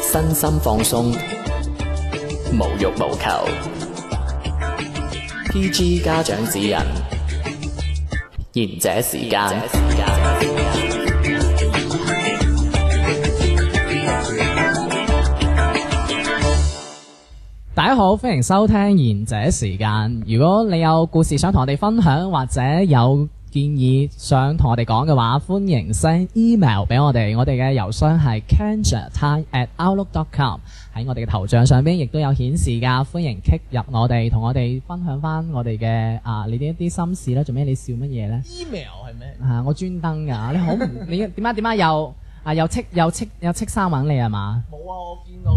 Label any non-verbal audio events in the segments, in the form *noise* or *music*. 身心放鬆，無欲無求。PG 家長指引，賢者時間。大家好，歡迎收聽賢者時間。如果你有故事想同我哋分享，或者有建議想同我哋講嘅話，歡迎 send email 俾我哋。我哋嘅郵箱係 cancertime@outlook.com，喺我哋嘅頭像上邊亦都有顯示㗎。歡迎 click 入我哋，同我哋分享翻我哋嘅啊你哋一啲心事啦。做咩你笑乜嘢呢？ email 係咩？啊，我專登㗎，你好唔 *laughs* 你點解點解又啊又戚又戚又戚生揾你係嘛？冇啊！我見到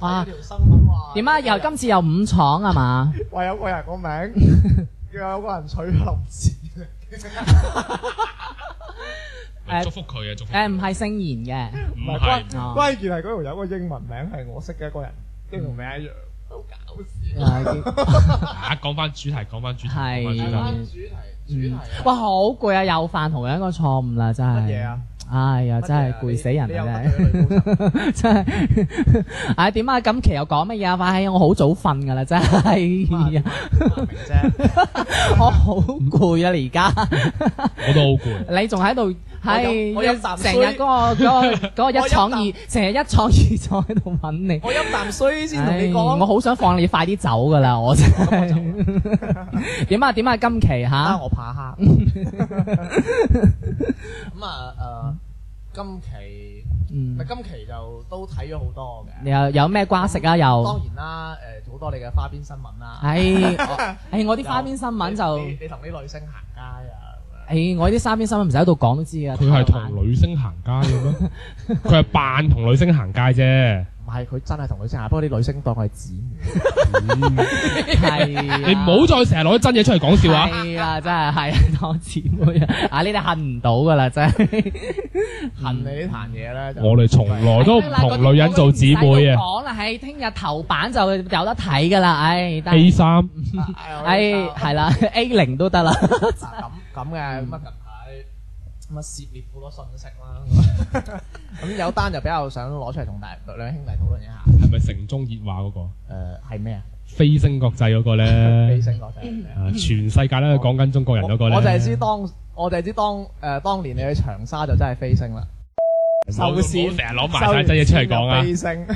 我睇條新聞話點解又今次又五廠係嘛？話有個人 *laughs* 個名又有個人取林字，誒祝福佢啊，祝福佢誒唔係姓言嘅。唔唔係係關啊關鍵係嗰條有個英文名係我識嘅一個人，跟住同名一樣，好搞笑。啊！講翻主題，講翻主題，係講翻係主題啦。主題主題嗯哇，好攰啊！又犯同樣一個錯誤啦，真係。乜嘢啊？ *laughs* 哎呀，真係攰死人啦！真係， *laughs* 真係。 *laughs* 唉，點啊？今期又講乜嘢啊？唉，我好早瞓㗎啦，真係。啊明啫， *laughs* 我好攰啊！而 *laughs* 家我都好攰。你仲喺度係我飲啖成水日嗰個嗰 *laughs* 個嗰個一廠我二，成日一廠二廠喺度揾你。我飲啖水先同唉你我講。好想放你快啲走㗎啦！我真係。點啊？點啊？今期啊，吓？我怕黑。 *laughs* 咁啊誒，今期嗯咪今期就都睇咗好多嘅。你又有咩瓜食啊？又？當然啦，誒好多你嘅花邊 *laughs* 新聞啦。唉，我唉，我啲花邊新聞就，你你同啲女星行街啊，唉，我啲花邊新聞唔使喺度講都知啊。佢係同女星行街 *laughs* 嘅咩？佢係扮同女星行街啫。啊唔係佢真係同女星行，不過啲女星當佢係姊妹。係啊你唔好再成日攞啲真嘢出嚟講笑啊！係啊， *laughs* 真係係當姊妹啊！啊，呢啲恨唔到噶啦，真係哎恨你呢壇嘢咧，就我哋從 *laughs* 來都唔同女人做姊妹啊。講啦，係聽日頭版就有得睇噶啦，唉，但 A 三唉係係啦，A *laughs* 零都 *laughs* 得啦，咁咁嘅咁啊近排咁啊涉獵好多信息 *laughs* 啦。咁有單就比較想攞出嚟同大兩兄弟討論一下。係咪城中熱話嗰個誒係咩啊？飛升國際嗰個咧飛？升國際。啊全世界都係講緊中國人嗰個我咧。我就係知當我就係知當誒當年你去長沙就真係飛升啦，收線，成日攞埋晒真嘢出嚟講啊！飛升。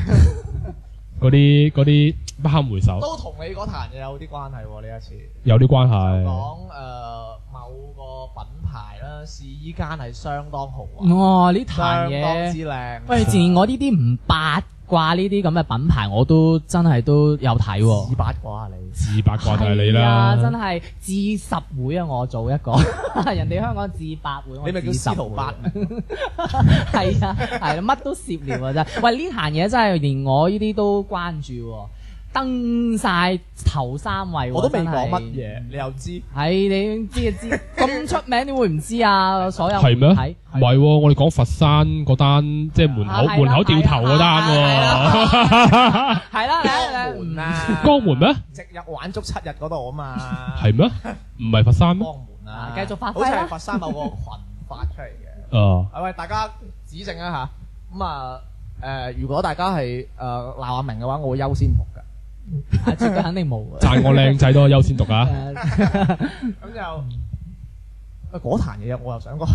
嗰啲嗰啲不堪回首，都同你嗰壇嘢有啲關係喎，呢一次有啲關講係。誒、呃某個品牌啦，試衣間係相當豪華，哦哇，呢壇相當嘢。之靚。喂，自然我呢啲唔八卦呢啲咁嘅品牌，我都真係都有睇喎。自八卦啊你，自八卦就係你啦係啊，真係自十會啊！我做一個， *laughs* 人哋香港自八會，我你咪叫自十司徒八會。 *laughs* 係啊，係啦，乜都涉獵啊真係。喂，呢行嘢真係連我呢啲都關注喎，登晒頭三位喎。我都未真係講乜。嘢，你又知？係你知啊知，咁出名點會唔知啊？所有係咩？媒體唔係喎，我哋講佛山嗰單，即係門啊口係啦門口掉頭嗰單喎，係啦，嗯嚟江嚟門嚟，啊，江門咩？直日玩足七日嗰度啊嘛，係咩？唔係佛山咩江？門啊啊，繼續發揮好啦似係佛山某個群發出嚟嘅。哦啊，係喂，大家指正一下。咁啊，誒，如果大家係誒鬧阿明嘅話，我會優先讀㗎。啊絕對肯定冇啊。讚我靚仔都優先讀啊！咁就喂嗰壇嘢我又想講，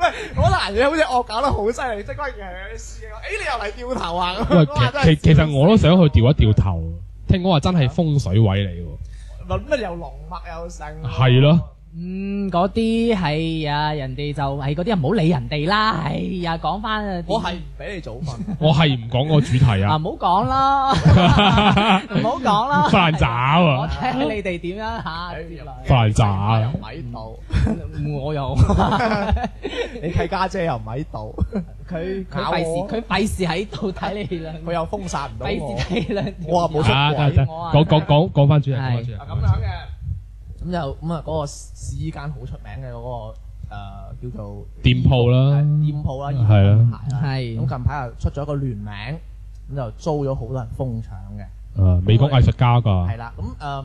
喂嗰壇嘢好似惡搞得好犀利，即係關鍵係有啲師兄話，誒哎你又嚟掉頭啊！喂，哇真係其其其實我都想去掉一掉頭，聽講話真係風水位嚟喎。諗乜又龍脈又盛，係咯， *laughs* 嗯，嗰啲係啊，人哋就係嗰啲唔好理人哋啦，哎呀，講翻啊，我係唔俾你早瞓，我係唔講個主題啊， *laughs* 啊，唔好講啦，啊唔好講啦， *laughs* 發爛渣我啊！睇下你哋點樣吓， *laughs* 接落發爛渣哎又啊唔！喺度，嚟我又你契家姐又唔喺度，佢 *laughs* 佢費事，佢費事喺度睇你兩，佢又封殺唔到費我事。睇你兩，我話冇出啊，得得，我啊講講講講翻主題，講翻主題。啊咁樣嘅，咁就咁啊嗰個試衣間好出名嘅嗰個呃叫做店鋪啦係店鋪啦，係啦品牌啦，係咁近排又出咗一個聯名，咁就租咗好多人瘋搶嘅，啊，美國藝術家㗎係。啦，咁誒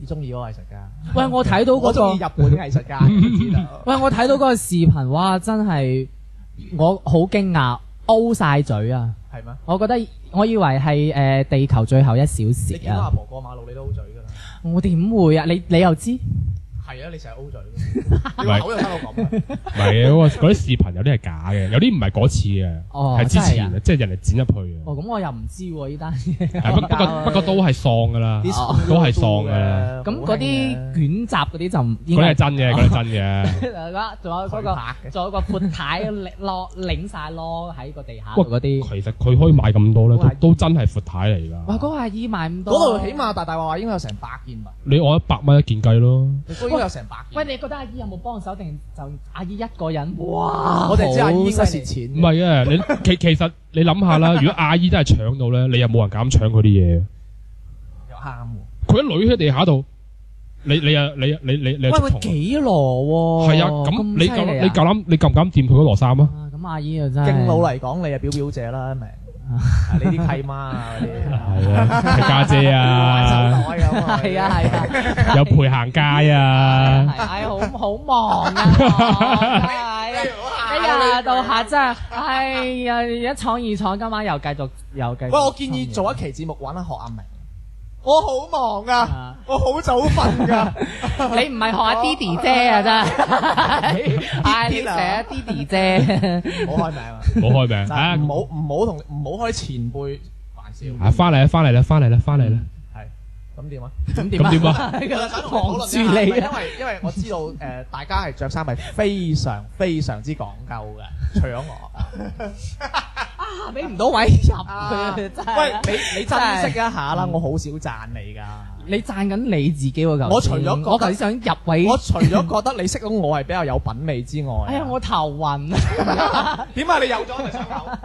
你中意嗰個藝術家，喂，我睇到我嗰中意個 *laughs* 日。本藝術家，你知道喂，我睇到嗰個視頻，哇！真係我好驚訝，O 晒嘴啊！係咩？我覺得我以為係誒、呃地球最後一小你時見到阿啊！婆過馬路，你都 O 嘴㗎啦。我點會啊？你你又知？係啊，你成日 O 嘴㗎。你個口又生 *laughs* 到咁嘅，唔係啊，嗰個嗰啲視頻有啲係假嘅，有啲唔係嗰次嘅，哦係之真前係嘅，即係人哋剪入去嘅。哦，咁哦我又唔知喎呢單嘢。係不不過不過都係喪㗎啦，哦都係喪㗎啦。咁嗰啲卷捲閘嗰啲就唔應嗰啲係該。真嘅，嗰啲係 *laughs* 真嘅。仲有嗰佢拍個，嘅仲有個闊太攞擰晒攞喺個地下哇嗰啲。其實佢可以買咁多咧，哇都都真係闊太嚟㗎。哇！嗰個阿姨賣咁多，嗰度起碼大大話話應該有成百件物，你我一百蚊一件計咯，你都應該有成百件。喂，你覺得阿姨有冇幫手定就阿姨一個人？哇！我哋知阿姨應該蝕錢。錢唔嘅，係啊！你其其實你諗下啦，如果阿姨真係搶到咧，你又冇人敢搶佢啲嘢。又啱喎。佢一女喺地下度，你你啊你啊你你你喂係喂，捉蟲幾羅啊。喎？係啊，咁你犀利夠啊你夠膽你夠唔敢掂佢嗰羅衫啊？啊咁阿姨又真係敬老嚟講，你係表表姐啦， *laughs* 明？你啲契媽啊嗰啲，係啊，係家姐 *laughs* 啊，玩手袋咁啊，係啊係啊，有陪行街啊，係唉好好忙 *laughs* 啊！我真係啊一日到黑真係，哎呀一闖二闖，今晚又繼續又繼續。喂，我建議做一期節目玩下學阿明。我好忙啊噶，我好早瞓噶。 *laughs* 你唔係學阿 Didi 姐啊， *laughs* 真係，唉你成日 Didi 姐。唔好開名啊！冇開名就啊係唔！好唔好同唔好開前輩玩笑。啊，翻嚟啦，翻嚟啦，翻嚟啦，翻嚟啦！係咁點啊？咁點啊？咁點啊防住你因啊！為因為 *laughs* 我知道誒，大家係着衫係非常非常之講究嘅，除咗我。俾唔到位入 *laughs* 啊去，真係。嗯喂，你啊你珍惜一下啦，我好少讚你㗎。你讚緊你自己喎，頭我先除咗覺得我頭先想入位，我除咗覺得你識到我係比較有品味之外，啊哎呀，我頭暈。 *laughs* 啊點啊？你有咗咪出 *laughs* 口？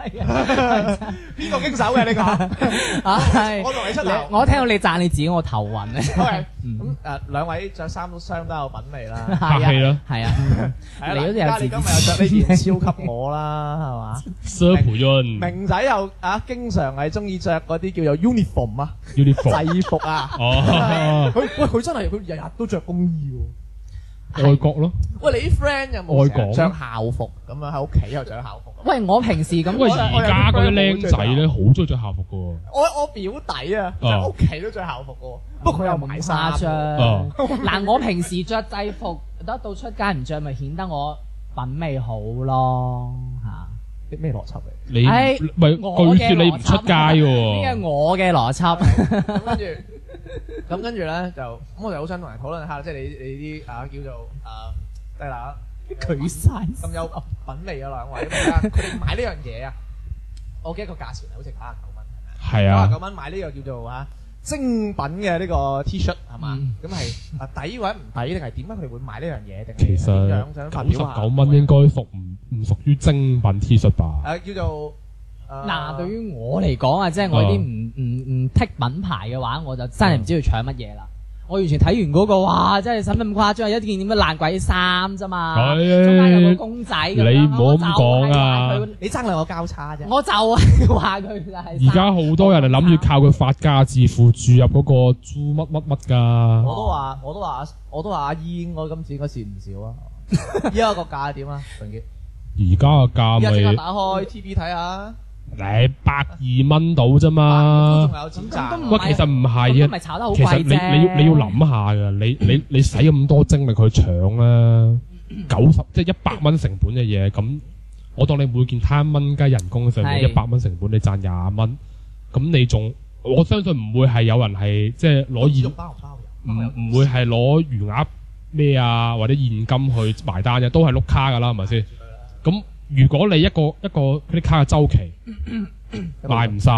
邊個經手嘅？你講。唉我同你出頭我聽到你讚你自己，我頭暈 *laughs* 咧。 OK，咁嗯誒兩位着衫都相當有品味啦。 *laughs* 係啊客氣啦，係啊，係你啦嗰啲有而家自知你今日又着呢件超級 *laughs* 我啦， Sir 培係潤嘛？明仔又啊，經常係中意着嗰啲叫做 uniform 啊， ，uniform 制服啊。哦，佢喂佢真係佢日日都着工衣喎。外國咯。喂，你啲 friend 有冇成日愛着校服咁樣喺屋企又着校服？喂，我平時咁喂，我而家嗰啲僆仔咧，好中意着校服㗎喎。我我表弟啊，喺屋企都着校服嘅喎，不過佢又買衫下喎。哦嗱，我平時着制服，得到出街唔着，咪顯得我品味好咯嚇。啲咩邏輯嚟？你唉唔係我據嘅說你邏唔輯出街呢喎個。我嘅邏輯。咁跟住，咁跟住咧就，咁我就好想同人討論下，即係你你啲啊叫做啊低啦，佢晒咁有品味嘅兩位，咁啊佢哋買呢樣嘢啊，我記得個價錢係好似九啊九蚊，係係咪？九啊九啊，蚊買呢個叫做啊精品嘅呢個 T 恤係嘛嗯？咁係啊抵或者唔抵，定係點解佢哋會買呢樣嘢？定係其實點樣想發九十表下九蚊應該屬唔唔屬於精品 T 恤吧？誒叫做啊嗱，對於我嚟講啊，即係我啲唔唔唔剔品牌嘅話，我就真係唔知佢搶乜嘢啦。我完全睇完嗰個，哇！真係使乜咁誇張？一件點嘅爛鬼衫啫嘛，中係間有個公仔咁樣哎你唔好咁我講啊就係話佢你爭兩個交叉啫，我就係話佢就係而家好多人係諗住靠佢發家致富，注入嗰個豬乜乜乜我㗎。都話，我都話，我都話阿姨應該今次應該蝕唔少啊！依家個價點啊？純潔，而家嘅價依家即刻咪打開 TV 睇下，誒百二蚊到啫啊嘛仲。有錢咁賺。喂，其實唔係咁啊咪。炒得好其實貴啫。你你要你要諗下㗎，你你你使咁多精力去搶啦，九十即係一百蚊成本嘅嘢，咁我當你每件攤蚊雞人工上面係一百蚊成本，你賺廿蚊，咁你仲我相信唔會係有人係即係攞現包唔包唔郵？唔會係攞餘額咩啊或者現金去埋單嘅，都係碌卡㗎啦，係咪先？咁如果你一個一個啲卡嘅周期啊賣唔晒，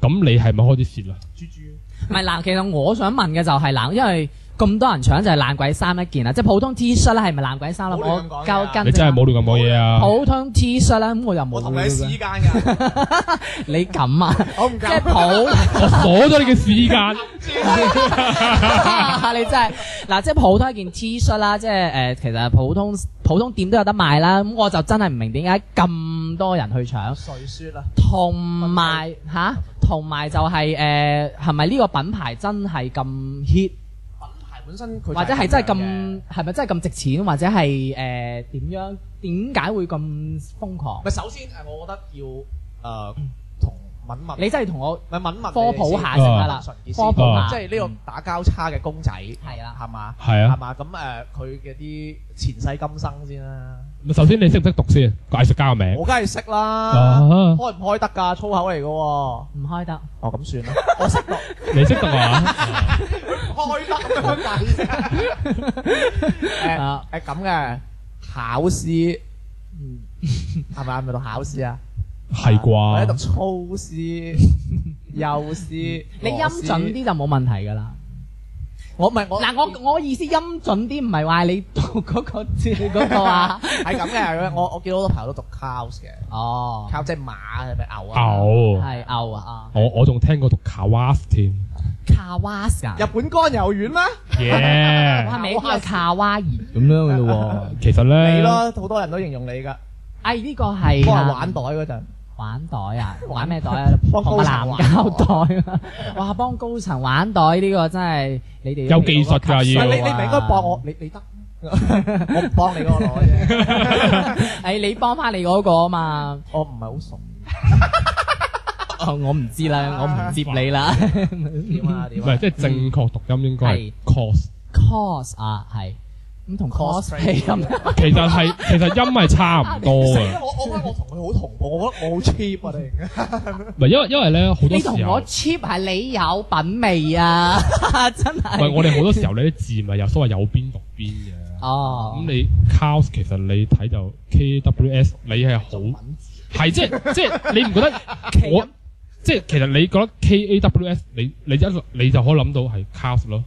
咁你係咪開始蝕啦？豬豬唔係嗱，其實我想問嘅就係嗱，因為咁多人搶就係爛鬼衫一件啊啦，即係普通 T 恤咧係咪爛鬼衫啦？啊冇我亂咁講㗎夠斤你真係冇亂咁講嘢啊！普通 T 恤啦，咁我又我冇同你嘅喺私間㗎，你咁啊？ *laughs* 我唔即夠係。普，我鎖咗你嘅時間，你真係嗱，即係普通一件 T 恤啦，即係誒，其實普通普通店都有得賣啦。咁我就真係唔明點解咁多人去搶，誰説啊？同埋吓，同埋就係誒，係咪呢個品牌真係咁 hit？品牌本身佢或者係真係就樣嘅咁，係咪真係咁值錢，或者係诶點樣？點解會咁瘋狂？咪首先誒，我覺得要誒同文文，你真係同我咪文文科普下先先得得啦啦純，潔先科普下，即係呢個打交叉嘅公仔係啦，係嘛？係係啊，嘛？咁誒，佢嘅啲前世今生先啦，首先你識唔識讀先個藝術家嘅名？我梗係識啦，啊，開唔開得㗎？粗口嚟嘅喎， *laughs* 哦唔開得。咁算啦，我識讀，你識讀啊？開得咁樣計啫。啊 *laughs* 誒誒咁嘅考試，係咪係咪讀考試啊？係或者啊讀啩？粗詩、幼詩，你音準啲就冇問題㗎啦。我唔係我嗱，我我意思音準啲，唔係話你讀嗰 *laughs* 個字嗰個啊。係咁嘅，我我見到好多朋友都讀 cows 嘅哦， ，cow 即係馬係咪牛啊？牛，係牛啊，哦我我仲聽過讀 Kawas 添。卡哇斯啊，日本乾油丸啦，耶！哇，名都有卡哇熱咁樣嘅 *laughs* 咯喎。其實你咧，咯，好多人都形容你㗎，哎，呢個係幫人啊玩袋嗰陣，玩袋啊， *laughs* 玩咩袋啊？幫同高埋層藍玩膠袋啊！ *laughs* 哇，幫高層玩袋呢個真係你哋有技術㗎唔啊要係你你唔應該 *laughs* 幫我，你你得，我唔幫你嗰個攞啫，誒，哎你幫翻你嗰個啊嘛。我唔係好熟。哦 *laughs* 我唔知啦，我唔接你 *laughs* 啦。點啊唔點啊係即係正確讀音應該係係 cos。 cos 啊，係咁同 cosplay Cosplay 咁樣。 *laughs* 其實係其實音係差唔啊多死嘅啦！，我我覺得我同佢好同步，我覺得我好 cheap 啊！突然間唔係因為因為咧好多你時同候我，cheap 係你有品味啊， *laughs* 真唔係係。我哋好多時候你啲字咪有所謂有邊讀邊嘅。哦咁，你 cows 其實你睇就 KWS，你係好文係即係即係你唔 *laughs* 覺得我即係其實你覺得 KAWS 你你一你就可以諗到係 cows 咯。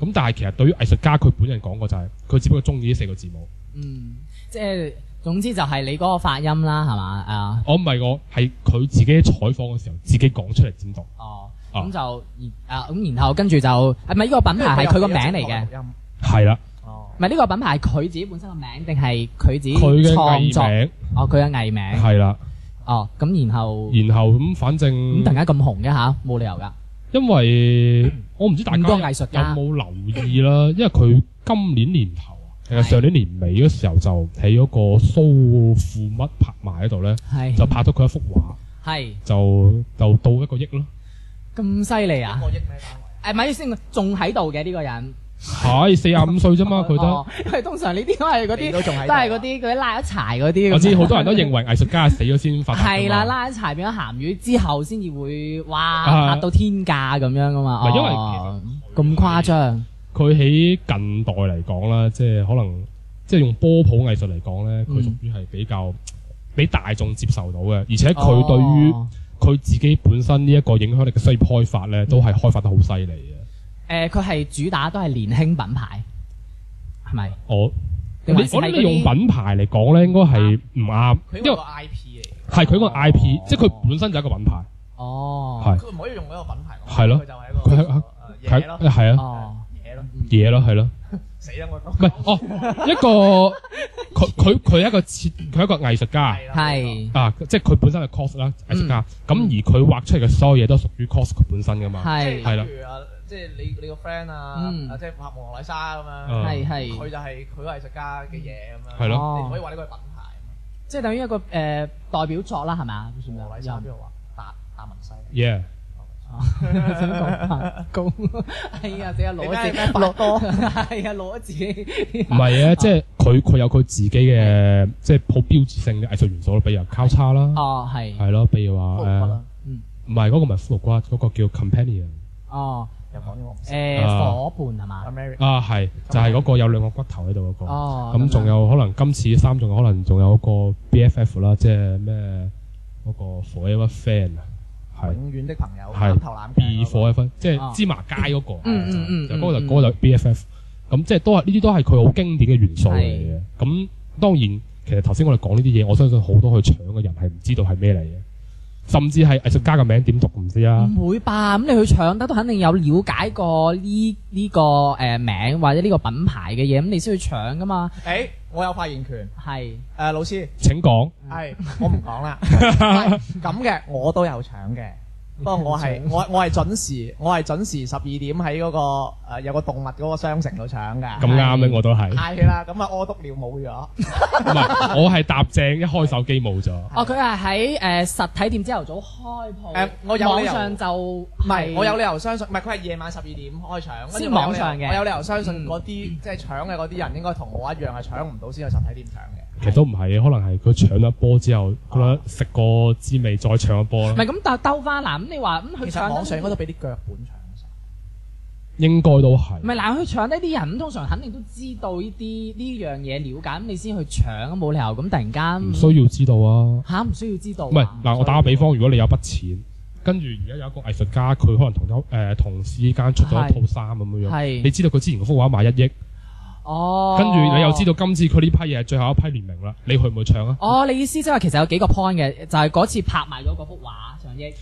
咁但係其實對於藝術家佢本人講過就係佢只不過中意呢四個字母。嗯，即係總之就係你嗰個發音啦，係嘛啊？我唔係我係佢自己採訪嘅時候自己講出嚟點讀。哦，啊咁就然啊咁，然後跟住就係咪呢個品牌係佢個名嚟嘅？音係啦，哦唔係呢個品牌係佢自己本身個名，定係佢自己佢嘅創作？藝名哦，佢嘅藝名。係嗯啦，哦，咁然後然後咁反正咁突然間咁紅嘅吓，冇理由㗎。因為我唔知大家咁多藝術家有冇留意啦，因為佢今年年頭啊，定係上年年尾嗰時候就喺嗰個蘇富乜拍賣嗰度咧，係就拍咗佢一幅畫，係就就到一個億咯。咁犀利啊！個億咩單位？誒，咪先，仲喺度嘅呢個人。係四廿五歲啫嘛，啊佢哦都。，因為通常呢啲都係嗰你啲，都仲喺度啊都係嗰啲嗰啲拉咗柴嗰啲咁。我知好多人都認為啊藝術家係死咗先發達㗎嘛係啦，拉咗柴變咗鹹魚之後，先至會啊哇壓到天價咁樣噶嘛。唔係因為哦咁誇張，佢喺近代嚟講啦，即係可能即係用波普藝術嚟講咧，佢嗯屬於係比較俾大眾接受到嘅，而且佢對於哦佢自己本身呢一個影響力嘅商業開發嗯咧，都係開發得好犀利嘅。誒，佢係主打都係年輕品牌，係咪？我定我還是係覺嗰啲得啊你用品牌嚟講咧，應該係唔啱，佢因因為個 I P 嚟嘅。係佢個 I P，哦即係佢本身就係一個品牌，哦，係啊佢唔可以用一個品牌講，係咯佢就係一個誒嘢咯，佢係佢係啊哦，嘢咯，嘢咯，係咯，死啦我唔係 *laughs* 哦一個佢佢佢係一個設佢係一個藝術家。係啦係啊，即係佢本身係 cos 啦，藝術家。咁、嗯而佢畫出嚟嘅所有嘢都屬於 cos 佢本身噶嘛。係係啦譬如啊，即係你你個 friend ờ, 啊嗯，啊即係拍蒙娜麗莎咁嗯樣，係係。佢就係佢藝術家嘅嘢咁樣，係咯哦你唔可以話呢個係品牌。即係等於一個誒、呃代表作啦，係咪啊？算蒙娜麗莎邊 *laughs* 度話？達達文西。 Yeah，高， *laughs* 哎呀，死啊，攞你自咩攞多， *laughs* 係啊，攞自己，唔係啊，即係佢佢有佢自己嘅即係好標誌性嘅藝術元素咯，比如交叉啦，哦，係，係咯，譬如話好誒，啊啦呃，唔係嗰個唔係骷髏骨，嗰個叫 companion 哦，又講啲我唔識。誒，啊伙伴係嘛？ America 啊，係就係嗰個有兩個骨頭喺度嗰個。哦，咁仲有可能今次三仲有可能仲有嗰個 BFF 啦，即係咩嗰個 Forever Fan 啊，係。永遠的朋友，係攬頭攬 B 頸嗰個。貨一分，即啊係芝麻街嗰個，嗯嗯嗯就嗯嗰個嗯就嗰個就 BFF。咁即係都係呢啲都係佢好經典嘅元素嚟嘅係。咁當然，其實頭先我哋講呢啲嘢，我相信好多去搶嘅人係唔知道係咩嚟嘅，甚至係藝術家嘅名點讀唔知啊。唔會吧？咁你去搶得都肯定有了解過呢呢個誒名或者呢個品牌嘅嘢，咁你先去搶噶嘛？誒，我有發言權。係，誒，老師，請講， *laughs* 係我唔講啦。唔係咁嘅，我都有搶嘅。不過我係 *laughs* 我我係準時，我係準時十二點喺嗰個誒有個動物嗰個商城度搶㗎。咁啱咧，我都係，唔係啦，咁啊屙督尿冇咗。係我係搭正一開手機冇咗，係哦，佢係喺誒實體店朝頭早開鋪，誒我有網理由上就唔唔係，我有理由相信，唔係佢係夜晚十二點開搶，跟住先我有網上理由嘅嗯我有理由相信嗰啲即係搶嘅嗰啲人應該同我一樣係搶唔到先去實體店搶嘅。其實都唔係，可能係佢搶咗一波之後，覺得食過滋味再搶一波啦，係咁，但兜翻嗱，咁你話咁佢其搶實網上得應該都俾啲腳本搶晒。應該都係唔。係嗱，佢搶呢啲人，咁通常肯定都知道呢啲呢樣嘢了解，咁你先去搶，冇理由咁突然唔間需要知道啊。嚇唔需要知道啊。唔係嗱，我打個比方，如果你有筆錢，跟住而家有一個藝術家，佢可能同一誒同事間出咗一套衫咁樣樣，係你知道佢之前嗰幅畫賣一億，哦，跟住你又知道今次佢呢批嘢係最後一批聯名啦，你去唔去搶啊？哦，你意思即係話其實有幾個 point 嘅，就係、嗰次拍埋咗嗰幅畫上億，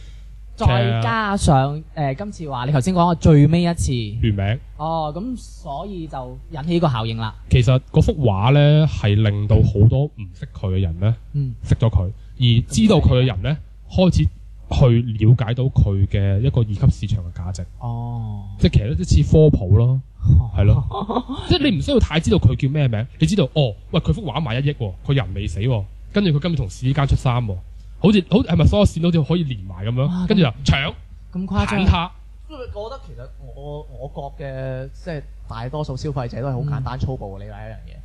再加上誒、呃今次話你頭先講嘅最尾一次，聯名哦，咁所以就引起個效應啦。其實嗰幅畫咧係令到好多唔識佢嘅人咧嗯，識咗佢，而知道佢嘅人咧開始去了解到佢嘅一個二級市場嘅價值。哦，即係其實都似科普咯，係咯， *laughs* 即係你唔需要太知道佢叫咩名，你知道哦，喂佢幅畫賣一億喎，佢人未死喎，跟住佢今日同市間出衫喎，好似好係咪所有線都好似可以連埋咁樣，哇跟住就搶咁誇張，砍啊他，因為我覺得其實我我國嘅即係大多數消費者都係好簡單粗暴嘅理解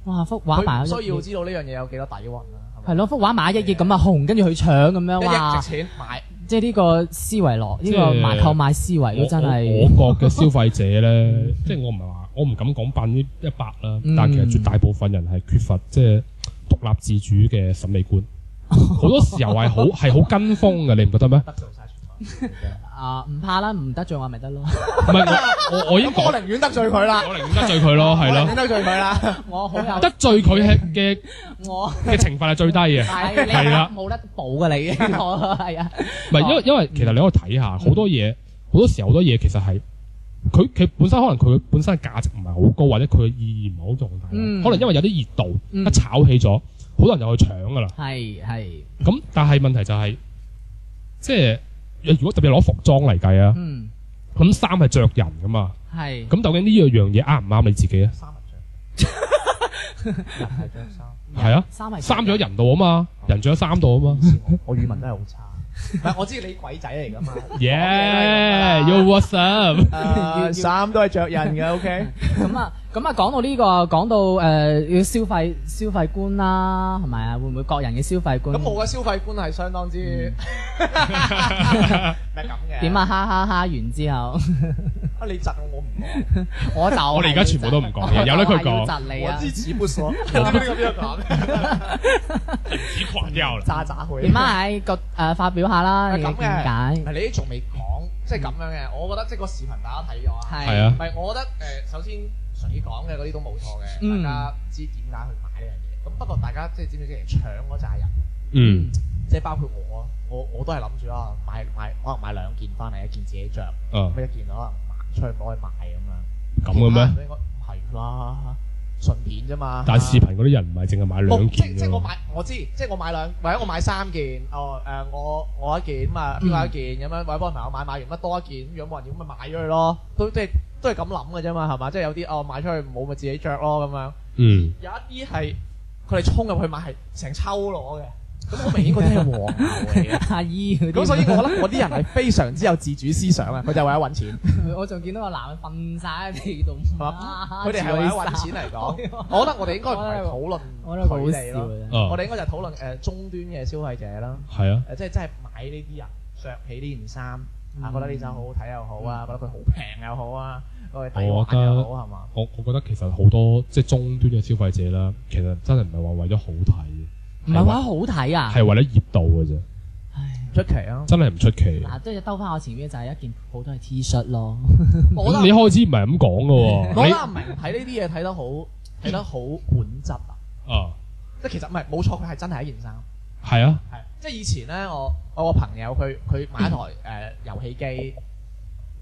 哇！幅一樣嘢，畫埋佢咗唔一需要知道呢樣嘢有幾多底蘊啦，係咯，幅畫買一億咁啊紅，跟住去搶咁樣係咪？一億哇！值錢買，即係呢個思維邏，呢即個係買購買思維我都真我係我國嘅消費 *laughs* 者咧，即係我唔係話我唔敢講百分之一百啦，嗯但係其實絕大部分人係缺乏即係獨立自主嘅審美 *laughs* 觀，好多時候係好係好跟風嘅，你唔覺得咩？得罪晒全部人。啊唔怕啦，唔得罪我咪 *laughs* 得咯。唔係我我我已經咁我講，寧願得罪佢啦，我寧願得罪佢咯，係我寧咯願。得罪佢啦。我好有得罪佢係嘅我嘅懲罰係最 *laughs* 低嘅，係你係啦冇得補噶你， *laughs* 我係啊。唔係因為因為其實你可以睇下好多嘢，好多時候好多嘢其實係佢佢本身可能佢本身嘅價值唔係好高，或者佢嘅意義唔係好重大，嗯可能因為有啲熱度嗯一炒起咗，好多人就去搶噶啦。係係，咁但係問題就係、即係如果特別攞服裝嚟計啊，嗯咁衫係着人噶嘛，係。咁究竟呢樣嘢啱唔啱你自己啊？三文 *laughs* 著，人係著衫。係啊，三係衫咗人度啊嘛，人着咗衫度啊嘛。我語文真係好差。唔係，我知你鬼仔嚟噶嘛。 Yeah，you what's up？ *laughs* 誒衫都係着人 *laughs* 嘅，OK。咁啊，咁啊，講到呢、個，講到誒、呃要消費消費觀啦，係咪啊？會唔會各人嘅消費觀？咁我嘅消費觀係相當之嗯 *laughs* 咪咁嘅。點啊？？哈哈哈！完之 *laughs* 後，啊，你窒我，我唔講。我就係 *laughs* *laughs* 我哋而家全部都唔講嘢要窒由得佢講我要窒你我啊！知止 *laughs* 不所，呢個邊個講？已垮掉啦。渣渣去。點啊？喺個誒發表下啦，係你咁嘅見嘅，唔係解你都仲未講，即係咁樣嘅。我覺得即係個視頻大家睇咗啊。係啊唔係，我覺得誒，首先純啲講嘅嗰啲都冇錯嘅，嗯大家知點解去買呢樣嘢。咁不過大家即係知唔知其實搶嗰扎人？嗯，即係包括我，啊我我都係諗住啊，買買可能買兩件翻嚟，一件自己着，啊咁，一件可能賣出去攞去賣咁樣。啊咁嘅咩？？應該係啦，順便啫嘛。但係視頻嗰啲人唔係淨係買冇兩哦件啊即即㗎我嘛，買我知，即係我買兩或者我買三件，哦誒、我我一件咁啊，邊個一件咁樣，或者幫朋友買買完乜多一件咁樣，冇人要咁咪買咗佢咯，都即係都係咁諗嘅啫嘛，係嘛？即係有啲哦賣出去冇咪自己着咯咁樣，嗯，有一啲係佢哋衝入去買係成抽攞嘅，咁好明顯嗰啲係黃牛嚟嘅。 *laughs* *laughs* 阿姨嗰啲咁所以我覺得我啲人係非常之有自主思想啊！佢就係為咗揾錢， *laughs* 我仲見到個男嘅瞓晒喺地度，係嘛？佢哋係為為咗揾錢嚟講，我覺得我哋應該唔係討論我覺得好佢哋笑咯，啊！啊我，哋應該就討論誒終端嘅消費者啦，係啊，誒即係真係買呢啲人着起呢件衫，啊覺得呢件衫好好睇又好啊，覺得佢好平又好啊，覺得佢抵我覺得玩又好係嘛？我我覺得其實好多即係終端嘅消費者啦，其實真係唔係話為咗好唔睇，係係話為好睇啊！係為咗熱度嘅啫，唉出奇 *laughs* 啊！真係唔出奇。嗱，即係兜翻我前面就係一件普通嘅 T 恤咯。我覺咁得你開始唔係咁講嘅 *laughs* 我覺得喎，唔明睇呢啲嘢睇得好睇得好本質啊！你啊，即係其實唔係冇錯，佢係真係一件衫。係啊，係，即係以前咧，我我個朋友佢佢買一台誒、呃、遊戲機，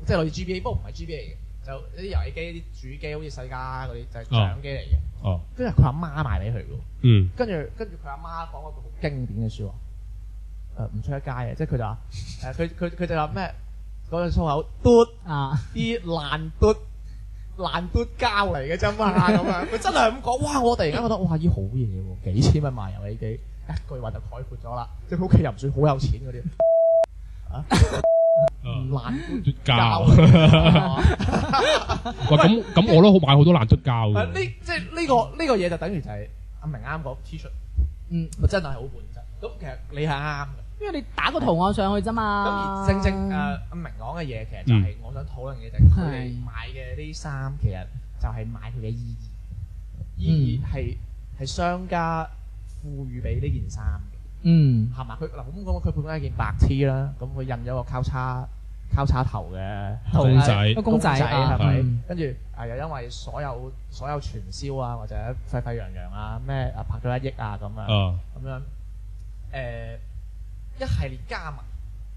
即係類似 GBA，不過唔係 GBA 嘅，就啲遊戲機啲主機好似世嘉嗰啲就係掌機嚟嘅。哦，跟住佢阿媽買俾佢嘅喎，嗯，跟住跟住佢阿媽講過句好經典嘅説話，誒呃唔出得街啊嘅，即係佢就 *laughs* 話誒佢佢佢就話咩嗰個粗口嘟啊，啲爛嘟爛嘟膠嚟嘅啫嘛咁樣， *laughs* 佢真係咁講，哇！我突然間覺得哇，依好嘢喎，幾千蚊賣遊戲機，一句話就概括咗啦，即係佢屋企又唔算好有錢嗰啲。啊！爛嘟嗯膠啊膠。 *laughs* 喂，咁咁我都好買好多爛嘟膠 *laughs* *laughs* 係呢嘅。即係呢個呢個嘢就等於就係阿明啱講 T 恤，嗯，佢真係好本質。咁其實你係啱嘅。因為你打個圖案上去啫咁嘛。而正正誒啊阿明講嘅嘢，其實就係我想討論嘅就係佢哋買嘅呢衫，其實就係買佢嘅意義，意義係係商家賦予俾呢件衫嘅，嗯係嘛？佢嗱咁講，佢本身係件白 T 啦，咁佢印咗個交叉交叉頭嘅圖公仔個公仔係咪嗯？跟住啊，又因為所有所有傳銷啊，或者沸沸揚揚啊，咩啊拍咗一億啊咁啊。啊，咁樣誒、呃一系列加埋，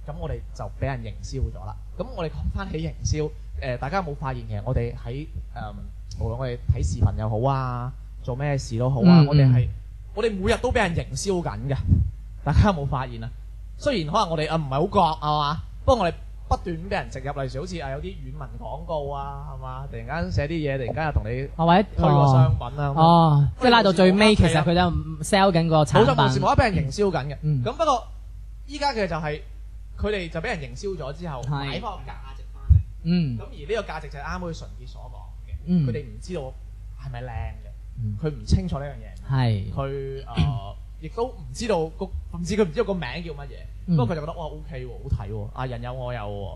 咁我哋就俾人營銷咗啦。咁我哋講翻起營銷，誒、大家有冇發現其實我哋喺誒無論我哋睇視頻又好啊，做咩事都好啊，嗯我哋係我哋每日都俾人營銷緊嘅。大家有冇發現啊？雖然可能我哋啊唔係好覺啊嘛，不過我哋不斷咁俾人植入，例如好似啊有啲軟文廣告啊，係嘛？突然間寫啲嘢，突然間又同你啊或者推個商品啊。咁樣哦，即係拉到最尾，其實佢係就 sell 緊個冇就產無時無品。刻俾人營銷緊嘅。咁、嗯不過依家嘅就係佢哋就俾人營銷咗之後，係買翻個價值翻嚟。嗯咁而呢個價值就係啱啱好似純潔所講嗯嘅，佢哋唔知道係咪嗯靚嘅，佢唔清楚呢樣嘢，係 *coughs* 佢誒亦都唔知道個，甚至佢唔知道個名叫乜嘢。嗯不過佢就覺得哇 OK 喎，好睇喎，啊人有我有喎。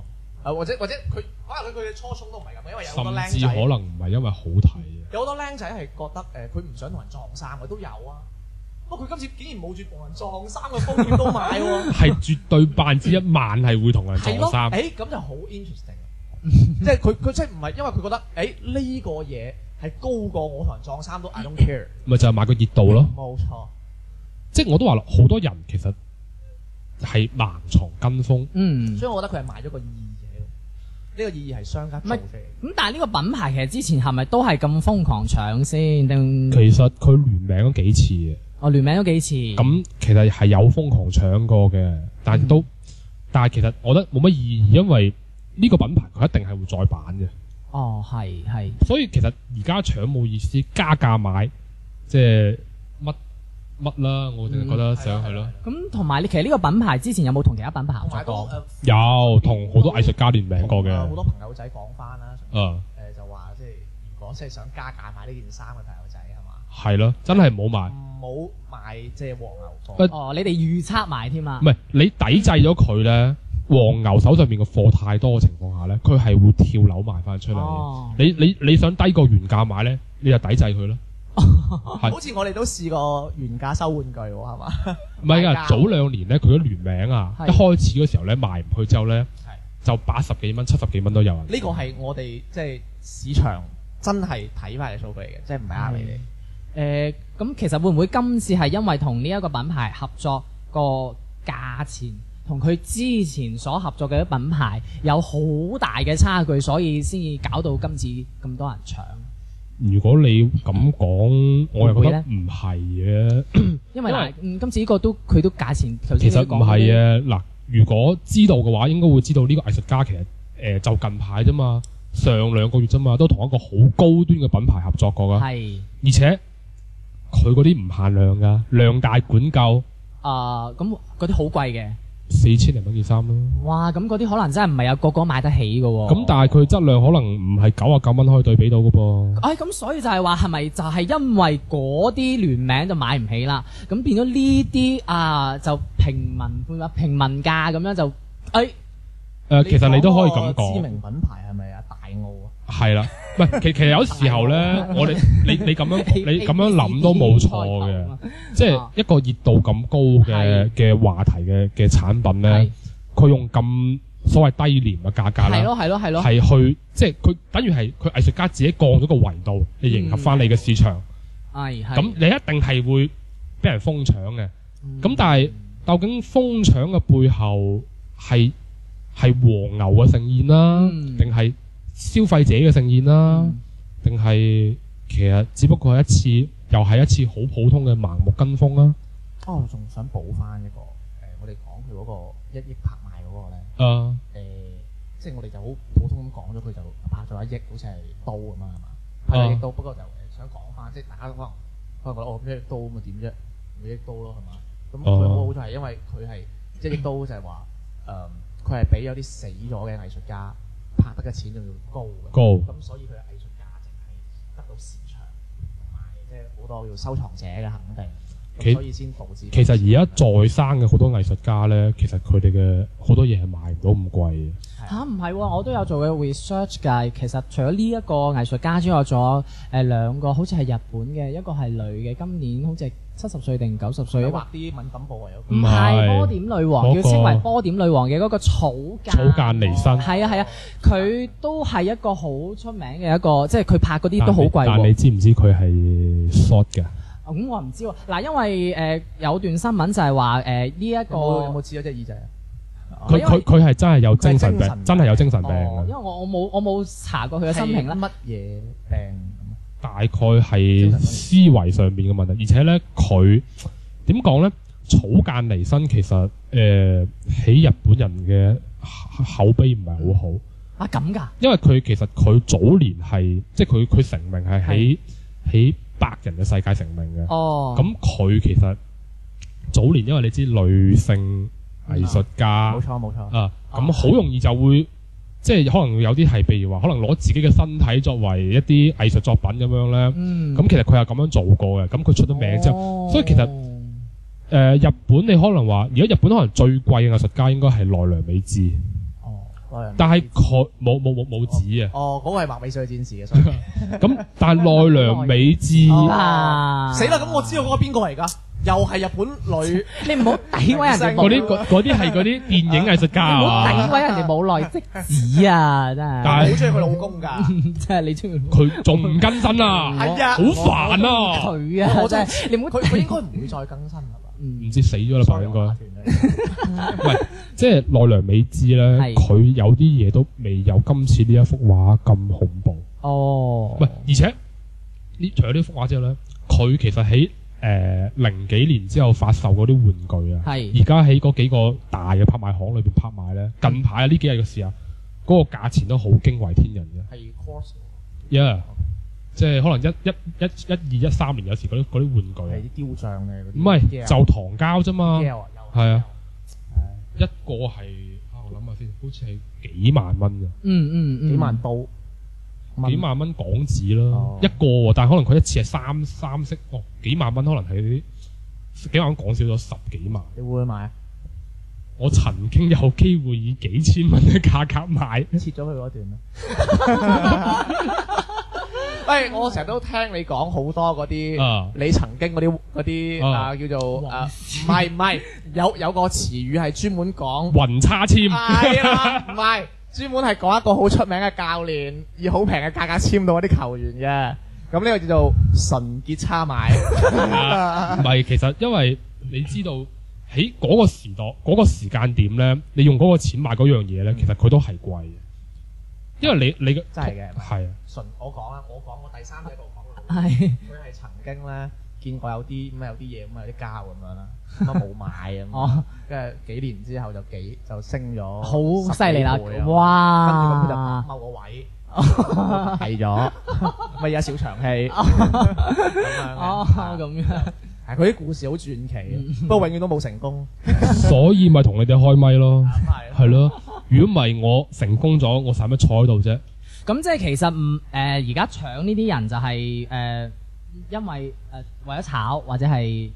啊或者或者佢可能佢佢嘅初衷都唔係咁嘅，因為有好多甚僆至可仔，能唔係因為好睇嘅。有好多僆仔係覺得誒佢唔想同人撞衫嘅都有啊。不過佢今次竟然冇住同人撞衫嘅風險都買喎。係絕對百分之一萬係會同人係撞咯，衫，誒咁就好 interesting *laughs* 啦即係佢佢即係唔係因為佢覺得誒呢個嘢係高過我同人撞衫都 I don't care，咪就係買個熱度咯。冇錯，即係我都話啦，好多人其實係盲從跟風，嗯。所以我覺得佢係買咗個意義喺度，呢個意義係商家做出嚟嘅。咁但係呢個品牌其實之前係咪都係咁瘋狂搶先？定其實佢聯名咗幾次嘅，我聯名咗幾嗯次？咁其實係有瘋狂搶過嘅，但係都、但係其實我覺得冇乜意義，因為呢個品牌佢一定係會再版嘅，哦，係係，所以其實而家搶冇意思，加價買即係乜乜啦，我淨係覺嗯得想係啊咯，咁同埋你其實呢個品牌之前有冇同其他品牌合同埋作都過？誒有同好多藝術家聯名過嘅，同好多朋友仔講翻啦，啊誒就話即係如果即係想加價買呢件衫嘅朋友仔係嘛，係咯，真係冇買。唔好買即係黃牛貨喂。哦，你哋預測埋添啊唔？係你抵制咗佢咧，黃牛手上面嘅貨太多嘅情況下咧，佢係會跳樓賣翻出嚟嘅。哦，你你你想低過原價買咧，你就抵制佢啦。係好似我哋都試過原價收玩具喎，係 *laughs* 嘛？唔係賣啊，價早兩年咧，佢啲聯名啊，係一開始嗰時候咧賣唔去之後咧，就八十幾蚊、七十幾蚊都有人。呢個係我哋即係市場真係睇翻嚟數據嚟嘅，即係唔係呃你哋。誒，咁其實會唔會今次係因為同呢一個品牌合作個價錢同佢之前所合作嘅啲品牌有好大嘅差距，所以先至搞到今次咁多人搶？如果你咁講，我又覺會得唔唔係嘅。因為因嗱為，嗯今次呢個都佢都價錢頭其先實你唔講係啊。嗱，如果知道嘅話，應該會知道呢個藝術家其實誒、呃就近排啫嘛，上兩個月啫嘛，都同一個好高端嘅品牌合作過噶。係而且佢嗰啲唔限量㗎，量大管夠啊，咁嗰啲好貴嘅。四千零蚊件衫咯。哇！咁嗰啲可能真係唔係有個個買得起嘅喎。咁、但係佢質量可能唔係九啊九蚊可以對比到嘅噃。唉，咁、所以就係話係咪就係因為嗰啲聯名就買唔起啦？咁變咗呢啲啊就平民啦，平民價咁樣就誒誒、呃其實你都可以咁知講，名品牌係咪啊？大澳啊？係啦。唔係，其其實有時候咧，我哋你你咁樣你咁樣諗都冇錯嘅，即係一個熱度咁高嘅係嘅話題嘅嘅產品咧係，佢用咁所謂低廉嘅價格係咧，咯係咯係咯，係去即係佢等於係佢藝術家自己降咗個維度，嚟迎合翻你嘅市場。係係咁你一定係會俾人瘋搶嘅。嗯咁、但係究竟瘋搶嘅背後係係黃牛嘅盛宴啦，嗯定係、消費者嘅盛宴啦，定係、其實只不過係一次又係一次好普通嘅盲目跟風啦。哦，仲想補翻一個誒、我哋講佢嗰個一億拍賣嗰個咧，嗯啊，誒、呃即係我哋就好普通咁講咗佢就拍咗一億，好似係刀咁啊，係嘛？拍咗一億刀，不過就誒想講翻，即係大家可能可能覺得哦，一億刀咁啊點啫？咪一億刀咯，係嘛？咁佢好好就係因為佢係即係一億刀就係話誒，佢係俾有啲死咗嘅藝術家拍得嘅錢仲要高嘅。高咁所以佢嘅藝術價值係得到市場同埋即係好多叫收藏者嘅肯定，其咁所以先導致其實而家在生嘅好多藝術家咧，其實佢哋嘅好多嘢係賣唔到咁貴嘅。嚇唔係喎，我都有做嘅 research 㗎。其實除咗呢一個藝術家之外，仲有誒兩個，好似係日本嘅，一個係女嘅，今年好似係七十歲定九十歲佢一個畫啲敏感部位有唔唔係係波點女王，嗰個要稱為波點女王嘅嗰個草間草間彌生係啊係啊，佢都係一個好出名嘅一個，即係佢拍嗰啲都好貴但你喎。知唔知佢係 short 嘅？咁我唔知喎，嗱，因為誒有段新聞就係話誒呢一有冇有個冇，切咗隻耳仔啊？佢因為佢佢係真係有佢係精精神神病，病真係有精神病啊哦因嘅。為我我冇我冇查過佢嘅生平啦係。乜嘢病咁啊？大概係思維上面嘅問題，而且咧佢點講咧？草間彌生其實誒喺、日本人嘅口碑唔係好好，啊咁㗎，因為佢其實佢早年係即係佢佢成名係喺喺白人嘅世界成名嘅。哦，咁佢其實早年因為你知女性藝術家冇錯冇錯，啊，咁好容易就會即係可能有啲係譬如話，可能攞自己嘅身體作為一啲藝術作品咁樣咧。嗯哦咁其實佢係咁樣做過嘅，咁佢出咗名之後，誒、後所以其實呃日本你可能話，而家日本可能最貴嘅藝術家應該係奈良美智，哦，嗰樣但係佢冇冇冇冇子啊，哦嗰個係白美水戰士嘅，所以咁但係奈良美智哦啊死啦！咁我知道嗰個邊個嚟㗎？又係日本女，你唔好詆毀人 *laughs* 哋嗰冇，啲嗰嗰啲係嗰啲電影藝術家唔好啊詆，毀人哋冇耐即止啊！真但係，好係中意佢老公㗎。 *laughs* 真係你中意 *laughs* 佢仲唔更新啊，係啊好，煩啊，佢啊！我真真係你唔好佢佢應該唔會再更新啦嘛。嗯唔知死咗啦吧應該。該即係奈良美智咧係，佢有啲嘢都未有今次呢一幅畫咁恐怖。哦，喂，而且呢除咗呢幅畫之後咧，佢其實喺誒、呃零幾年之後發售嗰啲玩具啊，係而家喺嗰幾個大嘅拍賣行裏邊拍賣咧，近排啊呢幾日嘅事啊，嗰、個價錢都好驚為天人嘅。係 course， Yeah，即係可能一一一一一二一三年有時嗰啲嗰啲玩具啊係，啲雕像嘅嗰啲。唔係 Yeah 就糖膠啫嘛， Yeah，又係啊，一個係啊我諗下先，好似係幾萬蚊嘅。嗯嗯嗯，幾萬刀，幾萬蚊港紙啦，哦一個喎，但係可能佢一次係三三色，哦，幾萬蚊可能係幾萬蚊港少咗十幾萬。你會唔會買啊？我曾經有機會以幾千蚊嘅價 *laughs* 格買，切咗佢嗰段啦。喂，我成日都聽你講好多嗰啊啲，你曾經嗰啲嗰啲啊啊叫做啊，唔係唔係，有有個詞語係專門講，雲差簽，係啊啦，*laughs* 唔係專門係講一個好出名嘅教練，以好平嘅價格簽到一啲球員嘅，咁呢個叫做純潔差 *laughs* 買，唔係其實因為你知道喺嗰個時代嗰、個時間點咧，你用嗰個錢買嗰樣嘢咧，其實佢都係貴嘅，因為你你嘅嗯真係嘅係啊，純我講啊，我講我第三者度講嘅。係佢係曾經咧見過有啲咁啊有啲嘢咁啊有啲膠咁 *laughs* 樣啦，咁啊冇買咁啊，哦，跟住幾年之後就幾就升咗好10犀利啦幾倍啊！跟住咁佢就哇！踎個 *laughs* 位。係咗，咪有小長氣咁樣哦咁嘅。樣，係佢啲故事好傳 *laughs* 奇，不過永遠都冇成功。所以咪同你哋開咪 *laughs* 咯，係係咯。如果唔係我成功咗，我使乜坐喺度啫？咁即係其實唔誒而家搶呢啲人就係誒因為誒為咗炒或者係為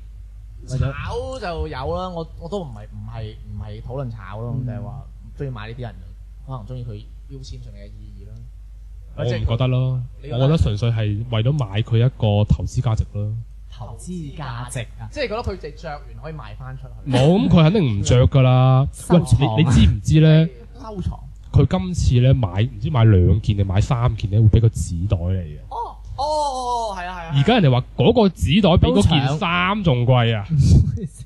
咗炒就有啦，我我都唔係唔係唔係討論炒咯，就係話中意買呢啲人，可能中意佢標籤上面嘅意義啦。我啊即係唔佢覺得咯，你覺我得覺得純粹係為咗買佢一個投資價值 *laughs* 咯。投資價值啊！即係覺得佢哋着完可以賣翻出去，冇咁佢肯定唔着噶啦。喂收，藏啊你你知唔知咧？收藏。佢今次咧買唔知買兩件定買三件咧，會俾個紙袋嚟嘅。哦哦，係啊係啊。而家人哋話嗰個紙袋比嗰件衫仲 *laughs* 貴啊！ *laughs*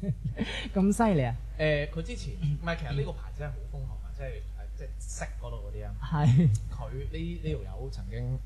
咁犀利啊！誒，佢之前唔係，其實呢個牌子係好風行啊，即係誒即係色嗰度嗰啲啊。係佢呢呢條友曾經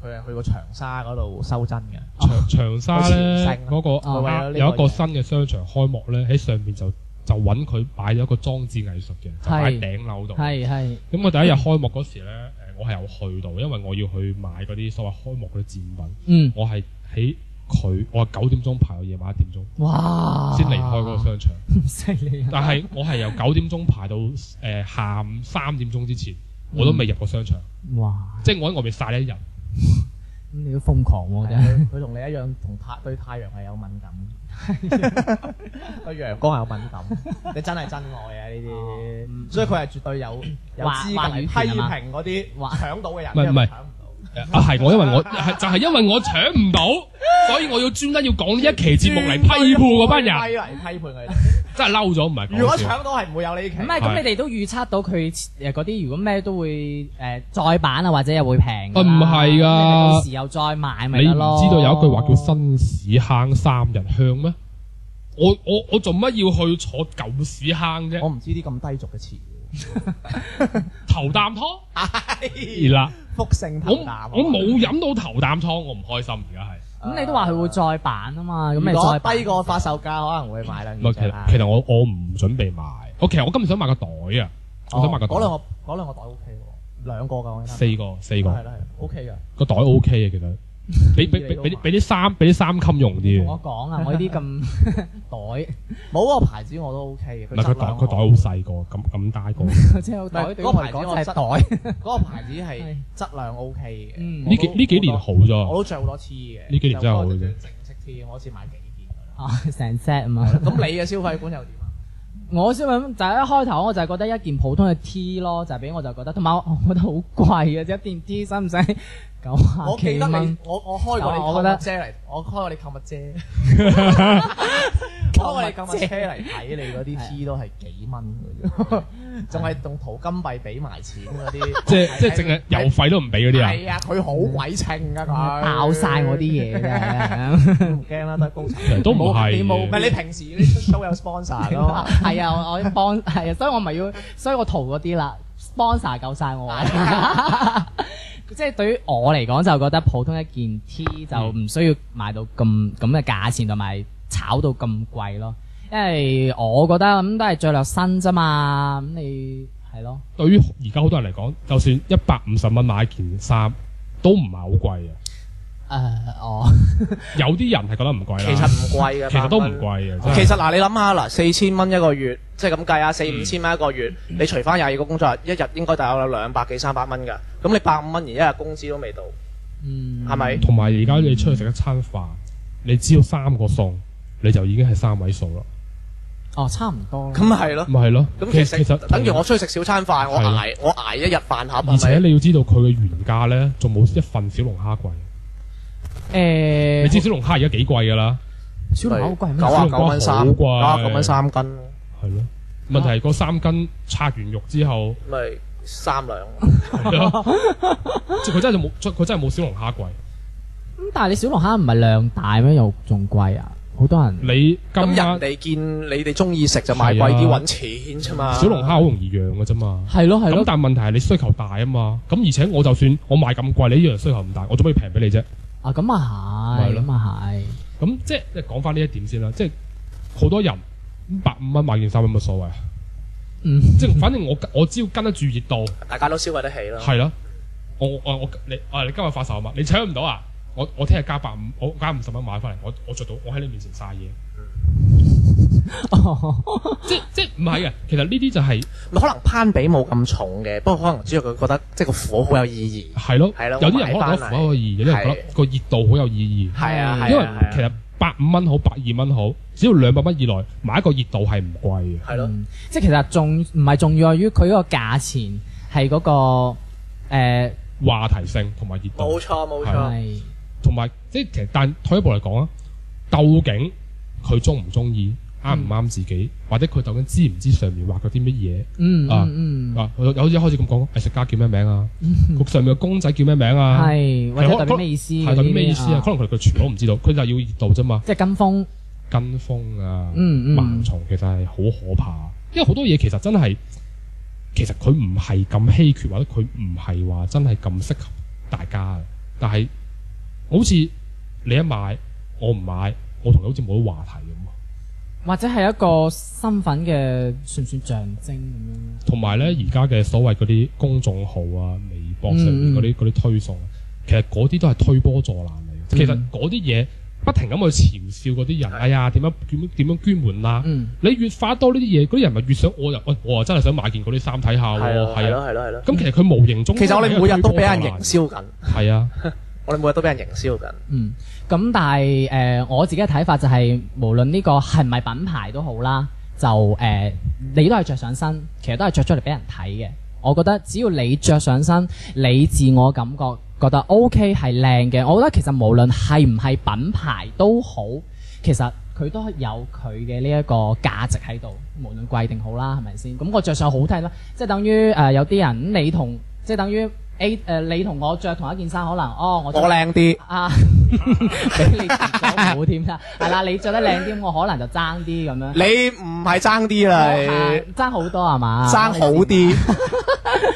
佢係去過長沙嗰度收真嘅。長長沙佢前咧盛啊嗰個佢為咗呢個有一個新嘅商場開幕咧，喺上面就就揾佢擺咗一個裝置藝術嘅，就擺係頂樓度。係係咁我第一日開幕嗰時咧，誒我係有去到，因為我要去買嗰啲所謂開幕嗰啲展品。嗯，我係喺佢，我係九點鐘排到夜晚一點鐘啊哇！先離開嗰個商場。犀利啊！但係我係由九點鐘排到誒、呃下午三點鐘之前，我都未入過商場，嗯哇！即係我喺外面晒一日。咁你都瘋狂喎，真係佢佢同你一樣，同太對太陽係有敏感，對陽光係有敏感。你真係真愛啊呢啲，所以佢係絕對有有話資話格語批權係嘛評嗰啲話搶到嘅人，唔係唔因為係搶唔到。誒啊係，我因為我係就係因為我搶唔到，所以我要專登要講呢一期節目嚟批判嗰 *laughs* 班人，批嚟批判佢哋。真係嬲咗，唔係如果講笑。搶到係唔會有呢期。唔係咁，你哋都預測到佢誒嗰啲，如果咩都會誒再版啊，或者又會平㗎啦。啊唔係㗎你哋到時又再買咪你得唔咯知道有一句話叫新屎坑三日香咩？我我我做乜要去坐舊屎坑啫？我唔知啲咁低俗嘅詞。頭啖湯熱啦，福性我頭啖。啊我冇飲到頭啖湯，我唔開心而家係。咁你都話佢會再版啊嘛，咁如你果再版低過發售價，可能會買兩唔係，件其啫實其實我我唔準備買。我其實我今日想買個袋啊，我想買個哦嗰兩袋，個嗰兩個袋 O K 喎，兩個㗎我記得。四個四係個啦係啦，OK 㗎。個袋 O K 嘅其實。俾俾俾俾啲俾啲衫俾啲衫襟用啲嘅，我講 *laughs* 啊，我呢啲 *laughs* 咁冇嗰個牌子我都 OK 嘅，唔佢質係個袋量個袋好細個，咁咁大個。呢袋，即係袋對我嚟講就係袋。嗰個牌子係係質量 O K 嘅。嗯我都幾呢幾年好咗我，都着好多 T 嘅。呢幾年真係好就嘅嗰個整色 T，我好似買幾件㗎啦。哦，成 set *laughs* 啊嘛。咁你嘅消費觀又點 *laughs* 啊？我先問，就係一開頭我就係覺得一件普通嘅 T 咯，就係俾我就覺得，同埋我 *laughs* 我覺得好貴嘅，一件 T 使唔使九我啊記幾得你蚊？，我我開過你啊我覺購物得車嚟，我開過你購物車， *laughs* 我開過你購物車嚟睇你嗰啲 T 都係幾蚊嘅啫， *laughs* 仲係用淘金幣俾埋錢嗰啲， *laughs* 即係即係淨係郵費都唔俾嗰啲啊。係啊，佢好鬼稱噶佢，爆晒我啲嘢啊啫，唔 *laughs* 驚啦，都係高層。其實都唔係你冇唔係你平時你都有 sponsor 咯， *laughs* 係啊，我我幫係啊，所以我咪要，所以我淘嗰啲啦，sponsor 夠晒 *laughs* 我。即係對於我嚟講，就覺得普通一件 T 就唔需要賣到咁咁嘅價錢，同埋炒到咁貴咯。因為我覺得咁都係最略新啫嘛，咁你係咯。對於而家好多人嚟講，就算一百五十蚊買一件衫，都唔係好貴啊。誒、 *laughs* 哦，有啲人係覺得唔貴啦，其實唔貴嘅，其實都唔貴啊。其真係實嗱，你諗下嗱，四千蚊一個月，即係咁計啊，四五嗯千蚊一個月，你除翻廿二個工作日，一日應該大概有兩百幾三百蚊㗎。咁你百五蚊而一日工資都未到，嗯，係咪？同埋而家你出去食一餐飯，你只要三個餸，你就已經係三位數啦。哦，差唔多啦。咁咪係咯。咪係咯，咁其其實其實實等於我出去食小餐飯，我係啊捱我捱一日飯盒，而且係咪？你要知道佢嘅原價咧，仲冇一份小龍蝦貴。誒、你知小龍蝦而家幾貴㗎啦？小龍蝦好貴咩？九啊九蚊好三，貴九啊九蚊三斤，係咯。問題係嗰三斤拆完肉之後，咪三兩。係 *laughs* 咯即係佢真係冇，佢真係冇小龍蝦貴。咁但係你小龍蝦唔係量大咩？又仲貴啊！好多人你咁今人晚哋見你哋中意食就買貴啲係啊揾錢啫嘛。小龍蝦好容易養㗎啫嘛。係咯係咁咯，但係問題係你需求大啊嘛，咁而且我就算我賣咁貴，你一樣需求唔大，我做咩要平俾你啫？啊咁啊咪係係，咯咁啊係，咁即係講翻呢一點先啦，即係好多人百五蚊買件衫有乜所謂啊？嗯， *laughs* 即係反正我我只要跟得住熱度，大家都消費得起啦。係啦，我我我你啊你今日發售啊嘛，你搶唔到啊？我我聽日加百五，我加五十蚊買翻嚟，我我着到，我喺你面前晒嘢，即即唔係嘅，其實呢啲就係可能攀比冇咁重嘅，不過可能主要佢覺得即係個苦好有意義。係咯，係咯有啲人可能覺得符合個意義，有啲人覺得個熱度好有意義。係啊，係啊嗯因為係啊其實百五蚊好，百二蚊好，只要兩百蚊以內買一個熱度係唔貴嘅。啊係咯，嗯即係其實仲唔係重要在於佢嗰個價錢係嗰個誒話題性同埋熱冇度，錯冇啊錯，係同埋即係其實但退一步嚟講啊，究竟佢中唔中意，啱唔啱自己，或者佢究竟知唔知上面畫咗啲乜嗯啊嗯嗯嘢啊？有有好似咁講，藝術家叫咩名啊？佢上面嘅公仔叫咩名啊？係或者係可代表咩意思？係代表咩意思啊？可？能佢佢全部都唔知道，佢就係要熱度啫嘛。即係跟風，跟風啊、嗯嗯盲從其實係好可怕，因為好多嘢其實真係其實佢唔係咁稀缺，或者佢唔係話真係咁適合大家嘅。但係好似你一買，我唔買，我同你好似冇乜話題咁啊。或者係一個身份嘅算唔算象徵咁樣？同埋咧，而家嘅所謂嗰啲公眾號啊、微博上面嗰嗯啲嗰啲推送，啊其實嗰啲都係推波助瀾嚟。嘅。其實嗰啲嘢不停咁去嘲笑嗰啲人，哎呀點樣點樣點樣捐門啦、嗯你越發多呢啲嘢，嗰啲人咪越想我又喂，我啊真係想買件嗰啲衫睇下喎，係係啊。咯係咯係咯。咁其實佢無形中其實我哋每日都俾人營推波助銷緊，瀾係啊， *laughs* 我哋每日都俾人營銷緊，嗯，咁但係誒、呃我自己嘅睇法就係、無論呢個係咪品牌都好啦，就誒、呃你都係着上身，其實都係着出嚟俾人睇嘅。我覺得只要你着上身，你自我感覺覺得 OK 係靚嘅，我覺得其實無論係唔係品牌都好，其實佢都有佢嘅呢一個價值喺度，無論貴定好啦，係咪先？咁我着上好睇啦，即係等於誒、呃有啲人你同即係等於 A 誒、呃你同我着同一件衫，可能哦我我着靚啲， *laughs* 啊，俾你講好添啦，係啦，你着得靚啲，我可能就爭啲咁樣，你唔係爭啲哦啦，你爭好多係啊嘛？爭好啲，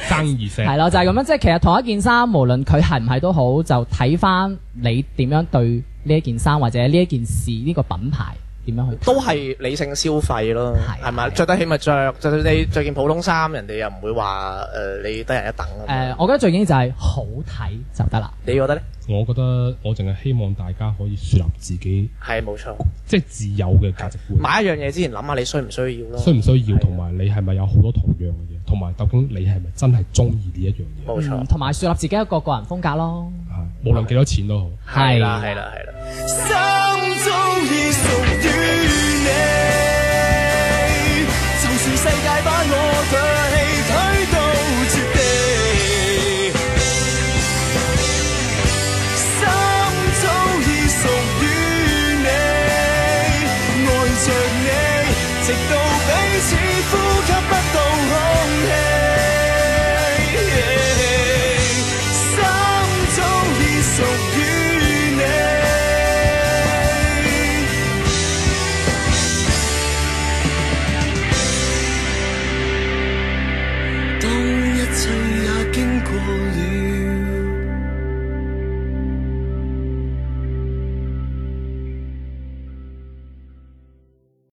爭議性係咯，就係咁樣，即係其實同一件衫，無論佢係唔係都好，就睇翻你點樣對呢一件衫或者呢一件事呢個品牌點樣去睇都係理性消費咯，係係咪？係着得起咪着，就算你着件普通衫，人哋又唔會話誒你低人一等咁樣。誒，我覺得最緊要就係好睇就得啦。你覺得咧？我覺得我淨係希望大家可以樹立自己係冇錯，即係自有嘅價值觀。買一樣嘢之前諗下你需唔需要咯。需唔需係要，啊同埋你係咪有好多同樣嘅嘢，同埋究竟你係咪真係中意呢一樣嘢？冇錯嗯，同埋樹立自己一個個人風格咯。係，無論幾多錢都好。係啦係啦係啦。心中已屬於你，就是世界把我唾棄推到絕地。心早已屬於你，愛着你，直到彼此呼吸不到空氣。心早已屬於你。當一切也經過了，